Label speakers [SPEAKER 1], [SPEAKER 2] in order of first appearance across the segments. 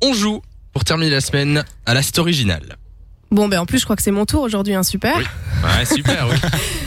[SPEAKER 1] on joue pour terminer la semaine à l'ast original.
[SPEAKER 2] Bon, ben en plus, je crois que c'est mon tour aujourd'hui, hein, super.
[SPEAKER 1] Oui, Ouais, super, oui.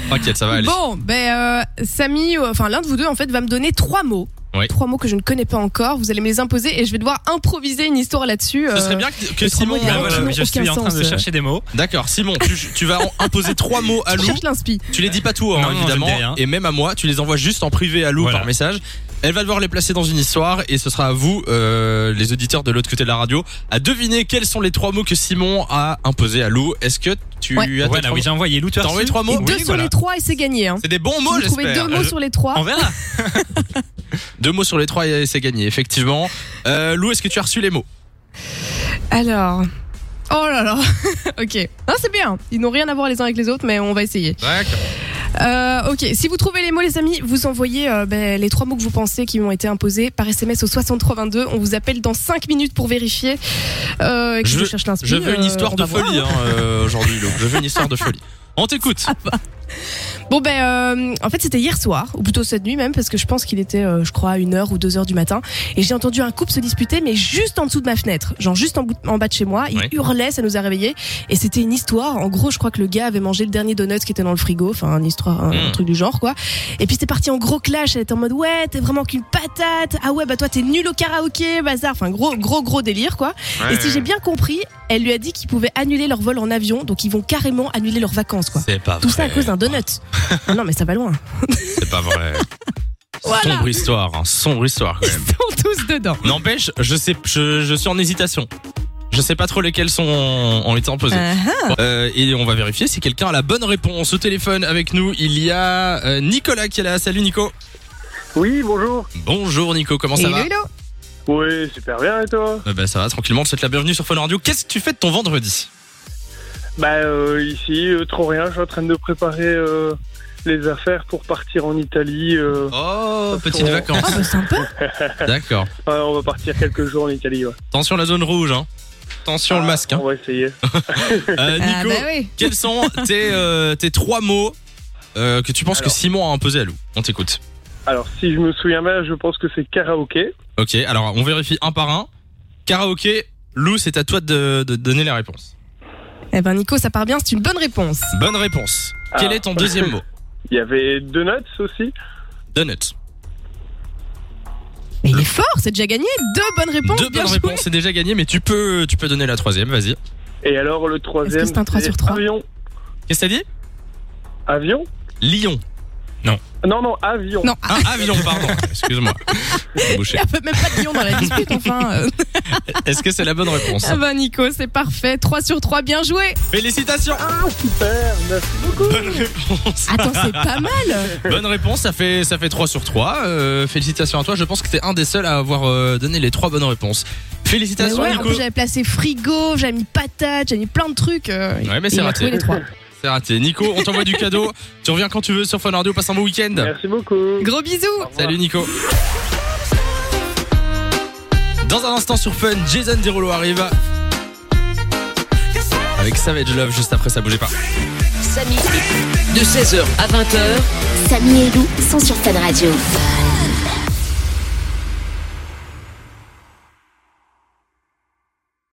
[SPEAKER 1] T'inquiète, ça va aller.
[SPEAKER 2] Bon, ben euh, Samy, euh, enfin l'un de vous deux, en fait, va me donner trois mots.
[SPEAKER 1] Oui.
[SPEAKER 2] Trois mots que je ne connais pas encore. Vous allez me les imposer et je vais devoir improviser une histoire là-dessus.
[SPEAKER 3] Ce
[SPEAKER 2] euh,
[SPEAKER 3] serait bien que, que
[SPEAKER 2] les trois
[SPEAKER 3] Simon.
[SPEAKER 2] mots, il y a
[SPEAKER 3] Ah, voilà,
[SPEAKER 2] aucun-
[SPEAKER 3] mais je suis
[SPEAKER 2] aucun
[SPEAKER 3] en train de
[SPEAKER 2] sens, euh.
[SPEAKER 3] chercher des mots.
[SPEAKER 1] D'accord, Simon, tu, tu vas en- imposer trois mots à
[SPEAKER 2] je
[SPEAKER 1] Lou.
[SPEAKER 2] cherche l'inspi.
[SPEAKER 1] Tu les dis pas tout, hein,
[SPEAKER 3] Non, non,
[SPEAKER 1] évidemment.
[SPEAKER 3] je le dis, hein.
[SPEAKER 1] Et même à moi, tu les envoies juste en privé à Lou
[SPEAKER 3] Voilà.
[SPEAKER 1] par message. Elle va devoir les placer dans une histoire et ce sera à vous, euh, les auditeurs de l'autre côté de la radio, à deviner quels sont les trois mots que Simon a imposés à Lou. Est-ce que tu
[SPEAKER 2] Ouais.
[SPEAKER 1] as tes
[SPEAKER 3] Voilà,
[SPEAKER 1] trois
[SPEAKER 3] oui, j'ai envoyé Lou. tu as
[SPEAKER 1] T'as envoyé
[SPEAKER 3] reçu
[SPEAKER 1] trois mots
[SPEAKER 2] Et
[SPEAKER 1] Oh,
[SPEAKER 2] deux
[SPEAKER 3] Oui,
[SPEAKER 2] sur
[SPEAKER 3] voilà.
[SPEAKER 2] les trois et c'est gagné. Hein.
[SPEAKER 1] C'est des bons
[SPEAKER 2] Si
[SPEAKER 1] mots,
[SPEAKER 2] vous trouvez
[SPEAKER 1] j'espère. Euh,
[SPEAKER 2] deux mots
[SPEAKER 3] Je-
[SPEAKER 2] sur les trois.
[SPEAKER 3] On verra.
[SPEAKER 1] Deux mots sur les trois et c'est gagné, effectivement. Euh, Lou, est-ce que tu as reçu les mots
[SPEAKER 2] Alors. Oh là là. ok. Non, c'est bien. Ils n'ont rien à voir les uns avec les autres, mais on va essayer.
[SPEAKER 1] D'accord.
[SPEAKER 2] Euh, ok. Si vous trouvez les mots, les amis, vous envoyez euh, ben, les trois mots que vous pensez qui ont été imposés par SMS au 6322. On vous appelle dans 5 minutes pour vérifier. Euh, que
[SPEAKER 1] Je-
[SPEAKER 2] je, cherche l'inspi.
[SPEAKER 1] Je veux une
[SPEAKER 2] euh,
[SPEAKER 1] histoire
[SPEAKER 2] on
[SPEAKER 1] de
[SPEAKER 2] va voir.
[SPEAKER 1] folie hein, euh, aujourd'hui, Lou. Je veux une histoire de folie. On t'écoute.
[SPEAKER 2] Ah, Bon ben, euh, en fait c'était hier soir, ou plutôt cette nuit même, parce que je pense qu'il était, euh, je crois, à une heure ou deux heures du matin, et j'ai entendu un couple se disputer, mais juste en dessous de ma fenêtre, genre juste en, bout- en bas de chez moi, ils
[SPEAKER 1] Ouais.
[SPEAKER 2] hurlaient, ça nous a réveillés, et c'était une histoire. En gros, je crois que le gars avait mangé le dernier donut qui était dans le frigo, enfin une histoire, un,
[SPEAKER 1] Mm.
[SPEAKER 2] un truc du genre quoi. Et puis c'était parti en gros clash, elle était en mode ouais, t'es vraiment qu'une patate, ah ouais bah toi t'es nul au karaoké, bazar, enfin gros gros gros délire quoi. et si j'ai bien compris, elle lui a dit qu'ils pouvaient annuler leur vol en avion, donc ils vont carrément annuler leurs vacances quoi.
[SPEAKER 1] C'est pas
[SPEAKER 2] Tout ça à cause d'un donut. non, mais ça va loin.
[SPEAKER 1] C'est pas vrai.
[SPEAKER 2] Voilà.
[SPEAKER 1] Sombre histoire, hein, sombre histoire quand
[SPEAKER 2] Ils
[SPEAKER 1] même.
[SPEAKER 2] sont tous dedans.
[SPEAKER 1] N'empêche, je sais, je, je suis en hésitation. Je sais pas trop lesquels sont ont été imposés.
[SPEAKER 2] Ah. Uh-huh.
[SPEAKER 1] Euh, et on va vérifier si quelqu'un a la bonne réponse au téléphone avec nous. Il y a euh, Nicolas qui est là. Salut Nico.
[SPEAKER 4] Oui, bonjour.
[SPEAKER 1] Bonjour Nico, comment ça
[SPEAKER 2] Hello,
[SPEAKER 1] va
[SPEAKER 2] hello.
[SPEAKER 4] Oui, super bien et toi
[SPEAKER 1] Euh, bah, ça va tranquillement. On te souhaite la bienvenue sur Fun Radio. Qu'est-ce que tu fais de ton vendredi
[SPEAKER 4] Bah euh, ici, euh, trop rien, je suis en train de préparer euh, les affaires pour partir en Italie. euh.
[SPEAKER 1] Oh, petites
[SPEAKER 4] Ouais.
[SPEAKER 2] Oh,
[SPEAKER 1] vacances.
[SPEAKER 2] bah, sympa.
[SPEAKER 1] D'accord.
[SPEAKER 4] Ouais, on va partir quelques jours en Italie. Ouais.
[SPEAKER 1] Attention à la zone rouge. Hein. Attention le
[SPEAKER 4] Ah,
[SPEAKER 1] masque. Hein.
[SPEAKER 4] On va essayer.
[SPEAKER 1] Euh,
[SPEAKER 2] Ah,
[SPEAKER 1] Nico,
[SPEAKER 2] bah oui.
[SPEAKER 1] quels sont tes euh, tes trois mots euh, que tu penses que
[SPEAKER 4] Alors.
[SPEAKER 1] Simon a imposé à Lou On t'écoute.
[SPEAKER 4] Alors, si je me souviens bien, je pense que c'est karaoké.
[SPEAKER 1] Ok, alors on vérifie un par un. Karaoké, Lou, c'est à toi de, de donner la réponse.
[SPEAKER 2] Eh ben, Nico, ça part bien, c'est une bonne réponse.
[SPEAKER 1] Bonne réponse.
[SPEAKER 4] Ah.
[SPEAKER 1] Quel est ton deuxième mot
[SPEAKER 4] Il y avait Donuts aussi.
[SPEAKER 1] Donut.
[SPEAKER 2] Mais il est fort, c'est déjà gagné. Deux bonnes réponses.
[SPEAKER 1] Deux
[SPEAKER 2] bien
[SPEAKER 1] bonnes
[SPEAKER 2] joué.
[SPEAKER 1] réponses, c'est déjà gagné, mais tu peux, tu peux donner la troisième, vas-y.
[SPEAKER 4] Et alors, le troisième.
[SPEAKER 2] c'est un trois sur
[SPEAKER 4] c'est
[SPEAKER 2] trois
[SPEAKER 4] Avion.
[SPEAKER 1] Qu'est-ce que t'as dit
[SPEAKER 4] Avion
[SPEAKER 1] Lyon.
[SPEAKER 4] Non, non, avion.
[SPEAKER 2] Non, ah,
[SPEAKER 1] Ah, avion, pardon. Excuse-moi. Je suis bouché.
[SPEAKER 2] il n'y a même pas de lion dans la dispute, enfin. euh.
[SPEAKER 1] Est-ce que c'est la bonne réponse
[SPEAKER 2] Ah bah, Nico, c'est parfait. 3 sur 3, bien joué.
[SPEAKER 1] Félicitations
[SPEAKER 4] Ah, super, merci beaucoup.
[SPEAKER 1] Bonne réponse
[SPEAKER 2] Attends, c'est pas mal.
[SPEAKER 1] Bonne réponse, ça fait, ça fait 3 sur 3. Euh, félicitations à toi, je pense que t'es un des seuls à avoir euh, donné les trois bonnes réponses.
[SPEAKER 2] Mais
[SPEAKER 1] Félicitations
[SPEAKER 2] ouais, en
[SPEAKER 1] Nico
[SPEAKER 2] plus, j'avais placé frigo, j'avais mis patate, j'avais mis plein de trucs. euh,
[SPEAKER 1] Ouais, mais
[SPEAKER 2] et
[SPEAKER 1] c'est
[SPEAKER 2] il a
[SPEAKER 1] raté.
[SPEAKER 2] trouvé les trois.
[SPEAKER 1] C'est raté. Nico, on t'envoie du cadeau. Tu reviens quand tu veux sur Fun Radio. Passe un bon week-end.
[SPEAKER 4] Merci beaucoup.
[SPEAKER 2] Gros bisous.
[SPEAKER 4] Au revoir.
[SPEAKER 1] Salut Nico. Dans un instant sur Fun, Jason Derulo arrive. Avec Savage Love juste après, ça bougeait pas.
[SPEAKER 5] Samy. De 16h à 20h.
[SPEAKER 6] Samy et Lou sont sur Fan Radio.